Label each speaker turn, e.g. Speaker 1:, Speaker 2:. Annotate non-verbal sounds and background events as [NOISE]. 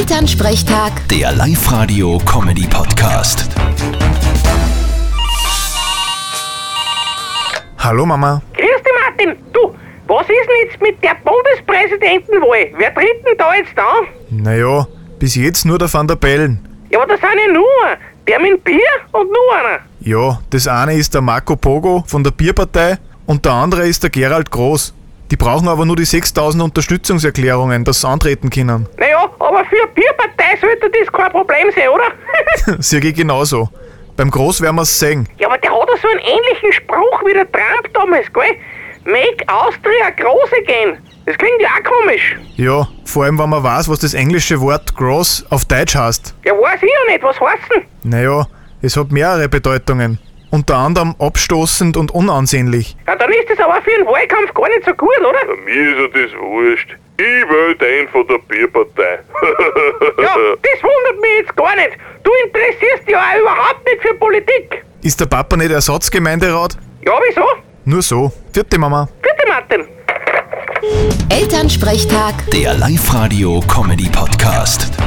Speaker 1: Elternsprechtag,
Speaker 2: Der Live-Radio-Comedy-Podcast.
Speaker 3: Hallo Mama.
Speaker 4: Grüß dich, Martin. Du, was ist denn jetzt mit der Bundespräsidentenwahl? Wer tritt denn da jetzt an?
Speaker 3: Naja, bis jetzt nur der Van der Bellen.
Speaker 4: Ja, aber da sind ja nur der mit dem Bier und nur einer.
Speaker 3: Ja, das eine ist der Marco Pogo von der Bierpartei und der andere ist der Gerald Groß. Die brauchen aber nur die 6000 Unterstützungserklärungen, dass sie antreten können. [LAUGHS]
Speaker 4: Naja, aber für eine Bierpartei sollte das kein Problem sein, oder? [LAUGHS]
Speaker 3: Sehe ich genauso. Beim Groß werden wir's sehen.
Speaker 4: ja, aber der hat ja so einen ähnlichen Spruch wie der Trump damals, gell? Make Austria große gehen. Das klingt ja auch komisch.
Speaker 3: Ja, vor allem wenn man weiß, was das englische Wort Groß auf Deutsch heißt.
Speaker 4: Ja, weiß ich ja nicht. Was heißt denn?
Speaker 3: Naja, es hat mehrere Bedeutungen. Unter anderem abstoßend und unansehnlich.
Speaker 4: Ja, dann ist das aber für einen Wahlkampf gar nicht so gut, oder?
Speaker 5: Mir ist ja das wurscht. Ich will den von der Bierpartei. [LAUGHS]
Speaker 4: Ja, das wundert mich jetzt gar nicht. Du interessierst dich ja auch überhaupt nicht für Politik.
Speaker 3: Ist der Papa nicht Ersatzgemeinderat?
Speaker 4: Ja, wieso?
Speaker 3: Nur so. Vierte Mama.
Speaker 4: Bitte, Martin.
Speaker 1: Elternsprechtag.
Speaker 2: Der Live-Radio-Comedy-Podcast.